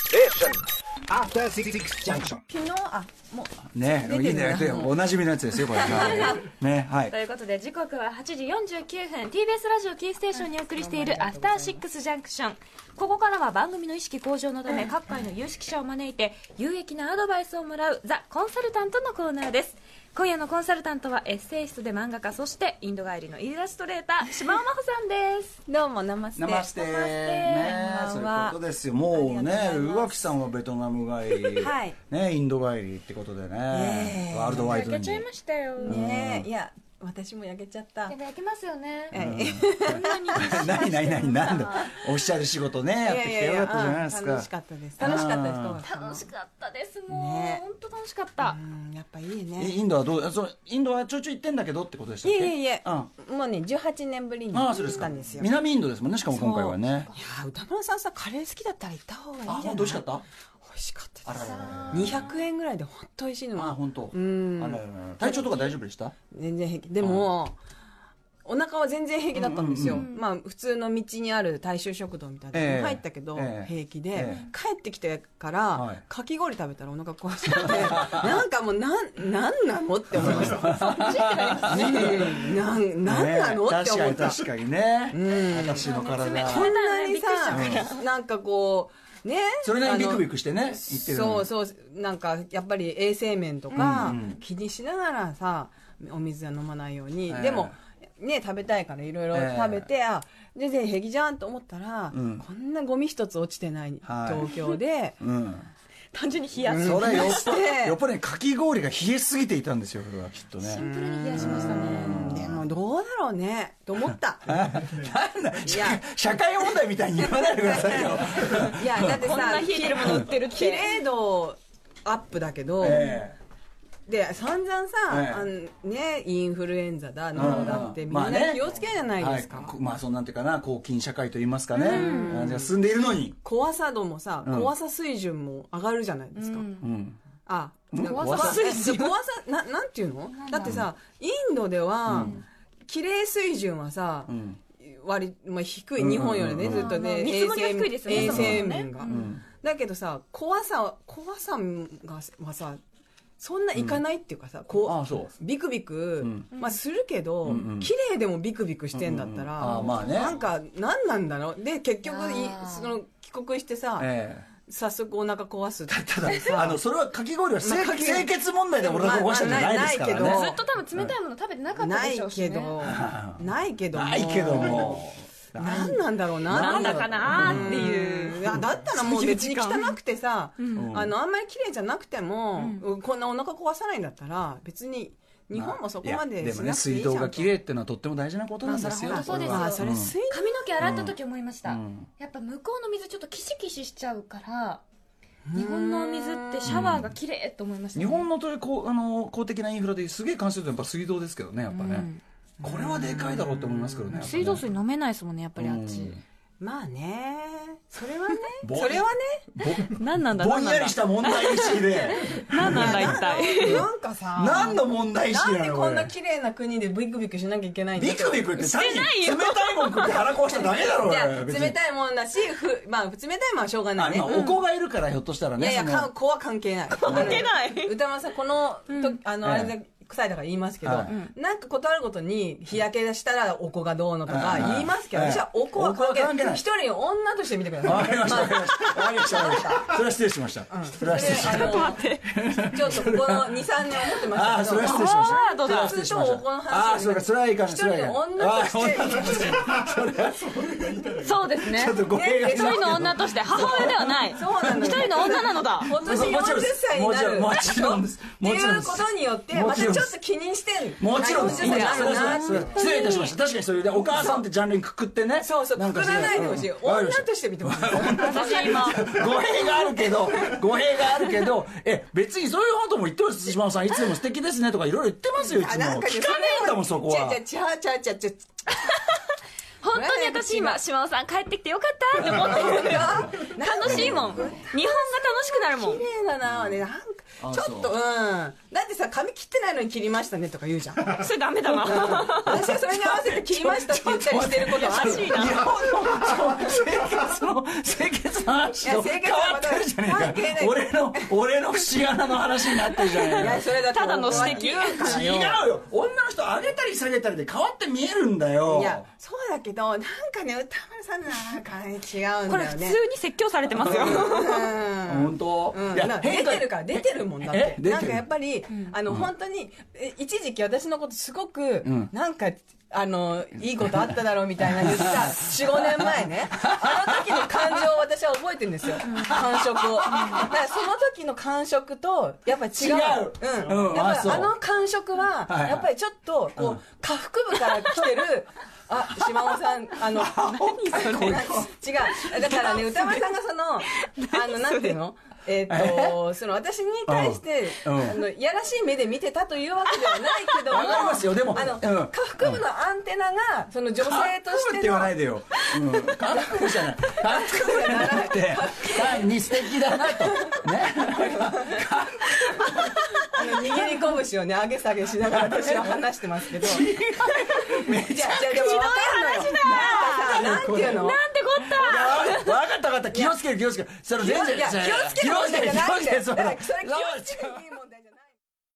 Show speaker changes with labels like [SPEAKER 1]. [SPEAKER 1] Station.
[SPEAKER 2] After Six Six Junction
[SPEAKER 3] 昨日あもう
[SPEAKER 4] ね、いいね、でおなじみのやつです よ、これ。ね、はい
[SPEAKER 5] と。いうことで時刻は8時49分 TBS ラジオキーステーションにお送りしている「アフターシックスジャンクション」ここからは番組の意識向上のため各界の有識者を招いて有益なアドバイスをもらう「ザ・コンサルタント」のコーナーです今夜のコンサルタントはエッセイストで漫画家そしてインド帰りのイラストレーター島尾真帆さんです
[SPEAKER 3] どうもナマステ
[SPEAKER 4] 生して。ね
[SPEAKER 3] ナマ、ス
[SPEAKER 4] そう
[SPEAKER 3] テ
[SPEAKER 4] いう
[SPEAKER 3] こんばんは
[SPEAKER 4] ことですよ。もうね
[SPEAKER 3] あ、りがとうございます
[SPEAKER 4] 宇垣さんはベトナム帰り
[SPEAKER 3] はい、
[SPEAKER 4] ね、インド帰りってことでね、ワールドワイドに。
[SPEAKER 5] したよ
[SPEAKER 3] ねえいや私も焼けちゃった
[SPEAKER 5] 焼けますよね
[SPEAKER 3] はい
[SPEAKER 4] 何何何なん だオフィシャル仕事ねやってきてよかったじゃないです
[SPEAKER 3] うん楽しか
[SPEAKER 4] か
[SPEAKER 3] ったです楽しかったです
[SPEAKER 4] うん
[SPEAKER 3] どうだったの
[SPEAKER 5] 楽しかったですもう
[SPEAKER 3] ね
[SPEAKER 5] 本当楽しかった
[SPEAKER 3] うんやっぱいい
[SPEAKER 4] え
[SPEAKER 3] ね
[SPEAKER 4] インドはどうそれインドはちょいちょい行ってんだけどってことでした
[SPEAKER 3] い
[SPEAKER 4] っけ
[SPEAKER 3] えいえいえ
[SPEAKER 4] うん、あ
[SPEAKER 3] もうね18年ぶりに
[SPEAKER 4] あそう
[SPEAKER 3] 行
[SPEAKER 4] で
[SPEAKER 3] っ
[SPEAKER 4] す
[SPEAKER 3] た
[SPEAKER 4] か
[SPEAKER 3] んですよ
[SPEAKER 4] 南インドですもんねしかも今回はね
[SPEAKER 3] いやー歌丸さんさカレー好きだったら行った方がいいじゃ
[SPEAKER 4] あ
[SPEAKER 3] ない
[SPEAKER 4] 本当美味しかった
[SPEAKER 3] 美味しかった
[SPEAKER 4] あら
[SPEAKER 3] で
[SPEAKER 4] ら
[SPEAKER 3] す
[SPEAKER 4] らら
[SPEAKER 3] 200円ぐらいで本当美味しいの
[SPEAKER 4] あ
[SPEAKER 3] は
[SPEAKER 4] 本当
[SPEAKER 3] ん
[SPEAKER 4] あらららら体調とか大丈夫でした
[SPEAKER 3] 全然平気でもお腹は全然平気だったんですよ、
[SPEAKER 4] うん
[SPEAKER 3] まあ普通の道にある大衆食堂みたいなとこ
[SPEAKER 4] ええ
[SPEAKER 3] に入ったけど、
[SPEAKER 4] ええ
[SPEAKER 3] 平気で、
[SPEAKER 4] ええ
[SPEAKER 3] 帰ってきてか
[SPEAKER 4] は
[SPEAKER 3] ら
[SPEAKER 4] い
[SPEAKER 3] かき氷食べたらお腹壊しちゃって なんかもうなんなんなのって思いました うんなんなんなの
[SPEAKER 4] ね
[SPEAKER 3] って思
[SPEAKER 4] 確かに
[SPEAKER 3] った
[SPEAKER 4] 確かにね私の体
[SPEAKER 3] こんなにさなんかこうね
[SPEAKER 4] それなりにビクビ
[SPEAKER 3] ク
[SPEAKER 4] クしてね行ってるの
[SPEAKER 3] そう
[SPEAKER 4] に
[SPEAKER 3] そうなんかやっぱり衛生面とか
[SPEAKER 4] うんうん
[SPEAKER 3] 気にしながらさお水は飲まないように、
[SPEAKER 4] ええ
[SPEAKER 3] でもね食べたいからいろいろ
[SPEAKER 4] ええ
[SPEAKER 3] 食べて、あ全然平気じゃんと思ったら、
[SPEAKER 4] うん
[SPEAKER 3] こんなゴミ一つ落ちてない
[SPEAKER 4] はい
[SPEAKER 3] 状 況で、
[SPEAKER 4] うん
[SPEAKER 5] 単純に冷やす
[SPEAKER 4] それよっぽど
[SPEAKER 3] して
[SPEAKER 4] よっぽどねかき氷が冷えすぎていたんですよこれはきっとね
[SPEAKER 5] シンプルに冷やしました
[SPEAKER 3] うん
[SPEAKER 5] ね
[SPEAKER 3] でもどうだろうねと思った
[SPEAKER 4] なんだ
[SPEAKER 3] いや
[SPEAKER 4] 社会問題みたいに言わないでくださいよ
[SPEAKER 3] いやだって
[SPEAKER 5] こんな
[SPEAKER 3] さ
[SPEAKER 5] 冷えてるもの売ってるって
[SPEAKER 3] 綺麗度アップだけど、
[SPEAKER 4] ええ
[SPEAKER 3] で散々さ、
[SPEAKER 4] ええ
[SPEAKER 3] あのね、インフルエンザだなんだっ
[SPEAKER 4] う
[SPEAKER 3] て、
[SPEAKER 4] ん
[SPEAKER 3] みんな
[SPEAKER 4] まあね
[SPEAKER 3] 気をつけるじゃないですか、
[SPEAKER 4] はいこまあそうなんていうかな公金社会といいますかね感じが進んでいるのに
[SPEAKER 3] 怖さ度もさ、
[SPEAKER 4] うん
[SPEAKER 3] 怖さ水準も上がるじゃないですか、
[SPEAKER 4] うん
[SPEAKER 3] あ
[SPEAKER 4] ん
[SPEAKER 3] 怖さ水準怖さななんていうのだってさインドでは、綺麗水準はさ、
[SPEAKER 4] うん
[SPEAKER 3] 割まあ、低い、
[SPEAKER 4] うん
[SPEAKER 3] 日本よりね
[SPEAKER 4] うん
[SPEAKER 3] ずっと
[SPEAKER 5] まあま
[SPEAKER 3] ね
[SPEAKER 5] あ見積もりは低いですよね
[SPEAKER 3] 衛
[SPEAKER 5] そもそもね
[SPEAKER 3] 生面が、
[SPEAKER 5] うん
[SPEAKER 3] だけどさ怖さ怖さがはさそんないかないっていうかさ、こう
[SPEAKER 4] ああそう
[SPEAKER 3] ビクビク、
[SPEAKER 4] うん
[SPEAKER 3] まあ、するけど、
[SPEAKER 4] んうん
[SPEAKER 3] 綺麗でもビクビクしてんだった
[SPEAKER 4] う
[SPEAKER 3] ら、
[SPEAKER 4] んうんあまあね
[SPEAKER 3] なんか何なんだろうで結局い
[SPEAKER 5] あー
[SPEAKER 3] その帰国してさ、
[SPEAKER 4] え
[SPEAKER 3] 早速お腹壊すって
[SPEAKER 4] えただあのそれはかき氷は清
[SPEAKER 3] まあ
[SPEAKER 4] 清潔問題で俺が壊したんじゃないですから
[SPEAKER 3] まあまあ
[SPEAKER 5] ず
[SPEAKER 3] な
[SPEAKER 4] ね
[SPEAKER 5] っと多分冷たいもの食べてなかった
[SPEAKER 3] な
[SPEAKER 5] で
[SPEAKER 3] い
[SPEAKER 5] しょうし
[SPEAKER 3] け
[SPEAKER 5] ね
[SPEAKER 3] どないけども
[SPEAKER 4] ないけども
[SPEAKER 3] 何なんだろうな
[SPEAKER 5] なんだかなーっていう
[SPEAKER 3] いやだったらもう別に汚くてさ、
[SPEAKER 4] ん
[SPEAKER 3] あのあんまり綺麗じゃなくても、こんなお腹壊さないんだったら別に日本もそこま
[SPEAKER 4] い
[SPEAKER 3] で
[SPEAKER 4] や
[SPEAKER 3] し
[SPEAKER 4] もね
[SPEAKER 3] なくていい
[SPEAKER 4] 水
[SPEAKER 3] じゃん
[SPEAKER 4] 道
[SPEAKER 3] と
[SPEAKER 4] がきれいってのはとっても大事なことなんですよ
[SPEAKER 5] まあそれは本当そうですよ
[SPEAKER 4] これは
[SPEAKER 3] あそれ水
[SPEAKER 5] 髪の毛洗った時思いました、
[SPEAKER 4] うん
[SPEAKER 5] やっぱ向こうの水ちょっとキシキシしちゃうから日本のお水ってシャワーが綺麗と思いました、
[SPEAKER 4] 日本のというこうあの公的なインフラですげえ関心度やっぱ水道ですけどねやっぱねこれはでかいだろうと思いますけどねやっぱね
[SPEAKER 5] 水道水飲めないですもんねやっぱりあっ
[SPEAKER 4] う
[SPEAKER 5] ち
[SPEAKER 4] ん
[SPEAKER 3] まあねそれはね
[SPEAKER 4] ぼ
[SPEAKER 3] それはね
[SPEAKER 5] 何なんだ
[SPEAKER 4] ぼ
[SPEAKER 5] 何
[SPEAKER 4] ん
[SPEAKER 5] なん
[SPEAKER 4] や
[SPEAKER 5] だ
[SPEAKER 4] りした問題意識 で
[SPEAKER 5] 何なんだ一体
[SPEAKER 3] なんかさ
[SPEAKER 4] 何の問題意識
[SPEAKER 3] なん
[SPEAKER 4] な
[SPEAKER 3] で
[SPEAKER 4] の
[SPEAKER 3] こ
[SPEAKER 4] こ
[SPEAKER 3] んな
[SPEAKER 4] れ
[SPEAKER 3] 綺麗な国でビクビクしなきゃいけないんだ
[SPEAKER 4] ビクビクってさっき冷たいもん食って腹壊しただけだろ
[SPEAKER 3] いや
[SPEAKER 4] 俺別に
[SPEAKER 3] 冷たいもんだしふまあ冷たいもんはしょうがな
[SPEAKER 4] あ
[SPEAKER 3] いね
[SPEAKER 4] まあお子がいるからひょっとしたら
[SPEAKER 3] い
[SPEAKER 4] ね
[SPEAKER 3] やいや
[SPEAKER 4] その
[SPEAKER 3] か子は関係ない関係ない歌丸さんこのとあのあれ
[SPEAKER 4] え
[SPEAKER 3] で臭いだから言いますけど
[SPEAKER 4] はい
[SPEAKER 3] なんか断るごとに日焼けしたらお子がどうのとか言いますけど
[SPEAKER 4] はい
[SPEAKER 3] 私はお子は関
[SPEAKER 4] お子
[SPEAKER 3] 係
[SPEAKER 4] は関係
[SPEAKER 3] な
[SPEAKER 4] ないい
[SPEAKER 3] 一人女として見てくだ
[SPEAKER 4] わ
[SPEAKER 3] さ
[SPEAKER 4] かりましたわかりましたわかりましたわかりましたそれは失礼しましたそ れはい失礼しまし
[SPEAKER 3] ちょっと待ってちょっとこの23年思ってました
[SPEAKER 4] ああ
[SPEAKER 3] たけ
[SPEAKER 4] そ
[SPEAKER 3] ど
[SPEAKER 4] れは失礼しました
[SPEAKER 5] パワード
[SPEAKER 4] それ
[SPEAKER 5] だ
[SPEAKER 4] は失礼しました
[SPEAKER 3] 普通とお子の話
[SPEAKER 4] ああそれかそれはいかない
[SPEAKER 3] 一
[SPEAKER 4] それはい
[SPEAKER 3] 人
[SPEAKER 4] か
[SPEAKER 3] の
[SPEAKER 4] ない
[SPEAKER 3] 女として
[SPEAKER 4] ああ女として
[SPEAKER 5] そうですね
[SPEAKER 4] ちょっと語弊が
[SPEAKER 5] 一人の女として母親ではない
[SPEAKER 3] そうなのよ
[SPEAKER 5] 一人の女なのだ
[SPEAKER 3] 今年40歳になる
[SPEAKER 4] もちろんです
[SPEAKER 3] って
[SPEAKER 4] もちろん
[SPEAKER 3] いう
[SPEAKER 4] です
[SPEAKER 3] ことによってま
[SPEAKER 4] も
[SPEAKER 3] た
[SPEAKER 4] ちろんです
[SPEAKER 3] ちょっと気にしてん
[SPEAKER 4] もちろん
[SPEAKER 3] 40
[SPEAKER 4] です
[SPEAKER 3] 歳
[SPEAKER 4] い
[SPEAKER 3] に
[SPEAKER 4] や
[SPEAKER 3] な
[SPEAKER 4] それ
[SPEAKER 3] るな
[SPEAKER 4] は
[SPEAKER 3] っ
[SPEAKER 4] そ
[SPEAKER 3] て
[SPEAKER 4] れは失礼いたしました確かにそれでお母さんってジャンルにくくってね
[SPEAKER 3] そうそう
[SPEAKER 4] な
[SPEAKER 3] く
[SPEAKER 4] ん
[SPEAKER 3] く
[SPEAKER 4] か
[SPEAKER 3] らないでほしい
[SPEAKER 4] うんわかり
[SPEAKER 3] 女
[SPEAKER 4] ました
[SPEAKER 3] として見てほ しい
[SPEAKER 5] 私今
[SPEAKER 4] 語弊があるけど語弊があるけどえ別にそういうことも言ってます島尾さんいつでも素敵ですねとかいろいろ言ってますよいつも聞かねえんだもんそこは
[SPEAKER 3] ちゃちゃちゃちゃち
[SPEAKER 5] 本当に私今島尾さん帰ってきてよかったって思ってる んだよ楽しいもん日本が楽しくなるもん
[SPEAKER 3] 綺麗だなねなんか
[SPEAKER 4] あ
[SPEAKER 3] ちょっと
[SPEAKER 4] そう
[SPEAKER 3] うんだってさ髪切ってないのに切りましたねとか言うじゃん
[SPEAKER 5] それダメだな
[SPEAKER 3] 私はそれに合わせて切りましたって言ったりして ることはある
[SPEAKER 5] おかしいな
[SPEAKER 4] 日本の清潔の清潔の話と
[SPEAKER 3] いや清
[SPEAKER 4] 変
[SPEAKER 3] 潔は
[SPEAKER 4] わ
[SPEAKER 3] ま
[SPEAKER 4] ったてるじゃねえか
[SPEAKER 3] 関係ない
[SPEAKER 4] 俺の俺の節穴の話になってるじゃねえ
[SPEAKER 3] い
[SPEAKER 4] か
[SPEAKER 3] やそれだって
[SPEAKER 5] ただの指摘
[SPEAKER 3] 言うから
[SPEAKER 4] 違うよ女の人上げたり下げたりで変わって見えるんだよ
[SPEAKER 3] いやそうだけどなんかね歌丸さんのなんかね違うんだよね
[SPEAKER 5] これ普通に説教されて ますよ
[SPEAKER 3] うん
[SPEAKER 4] 本当、
[SPEAKER 3] うん、
[SPEAKER 4] いや
[SPEAKER 3] な
[SPEAKER 4] 変
[SPEAKER 3] 出
[SPEAKER 4] 化
[SPEAKER 3] てるから出てるもんだっ
[SPEAKER 4] え
[SPEAKER 3] て
[SPEAKER 4] 出てる
[SPEAKER 3] なんかやっぱり、あの本当にえ一時期私のことすごく、
[SPEAKER 4] ん
[SPEAKER 3] なんかあのいいことあっただろうみた いな言ってた45年前ねあの時の感情を私は覚えてるんですよ感触をだからその時の感触とやっぱり違
[SPEAKER 4] 違
[SPEAKER 3] う
[SPEAKER 4] うんうん
[SPEAKER 3] やっ
[SPEAKER 4] あ
[SPEAKER 3] ぱ
[SPEAKER 4] そう
[SPEAKER 3] りあの感触
[SPEAKER 4] は
[SPEAKER 3] は、
[SPEAKER 4] いはい
[SPEAKER 3] やっぱりちょっとこう、下腹部から来てるあ島尾さんあの違うだからね歌丸さんがそ のあのなんていうのえっ、とその私に対して、
[SPEAKER 4] うんうん
[SPEAKER 3] あのいやらしい目で見てたというわけではないけども
[SPEAKER 4] わかりますよでも
[SPEAKER 3] あの、
[SPEAKER 4] うん
[SPEAKER 3] 下腹部のアンテナがその女性と
[SPEAKER 4] カップ
[SPEAKER 3] し
[SPEAKER 4] ってて言
[SPEAKER 3] の
[SPEAKER 4] わないでよ。うん、カップじゃない。カップじゃなく て、単に素敵だなと。
[SPEAKER 3] あの握り拳をね上げ下げしながら私は話してますけど違う
[SPEAKER 4] めちゃ
[SPEAKER 3] 違うでも分かんのよなんかさなんていうの
[SPEAKER 5] なんてこっ
[SPEAKER 4] いや
[SPEAKER 5] た
[SPEAKER 4] わかったわかった。気をつける気をつける。それ全然。
[SPEAKER 3] いや気をつけ
[SPEAKER 4] 気
[SPEAKER 3] る
[SPEAKER 4] を
[SPEAKER 3] もん
[SPEAKER 4] つける
[SPEAKER 3] じゃ
[SPEAKER 4] 気
[SPEAKER 3] ない
[SPEAKER 4] を
[SPEAKER 3] ん
[SPEAKER 4] つけ
[SPEAKER 3] だよ
[SPEAKER 4] る。そ
[SPEAKER 3] だ
[SPEAKER 4] れ
[SPEAKER 3] からそれ気をつけるいいもの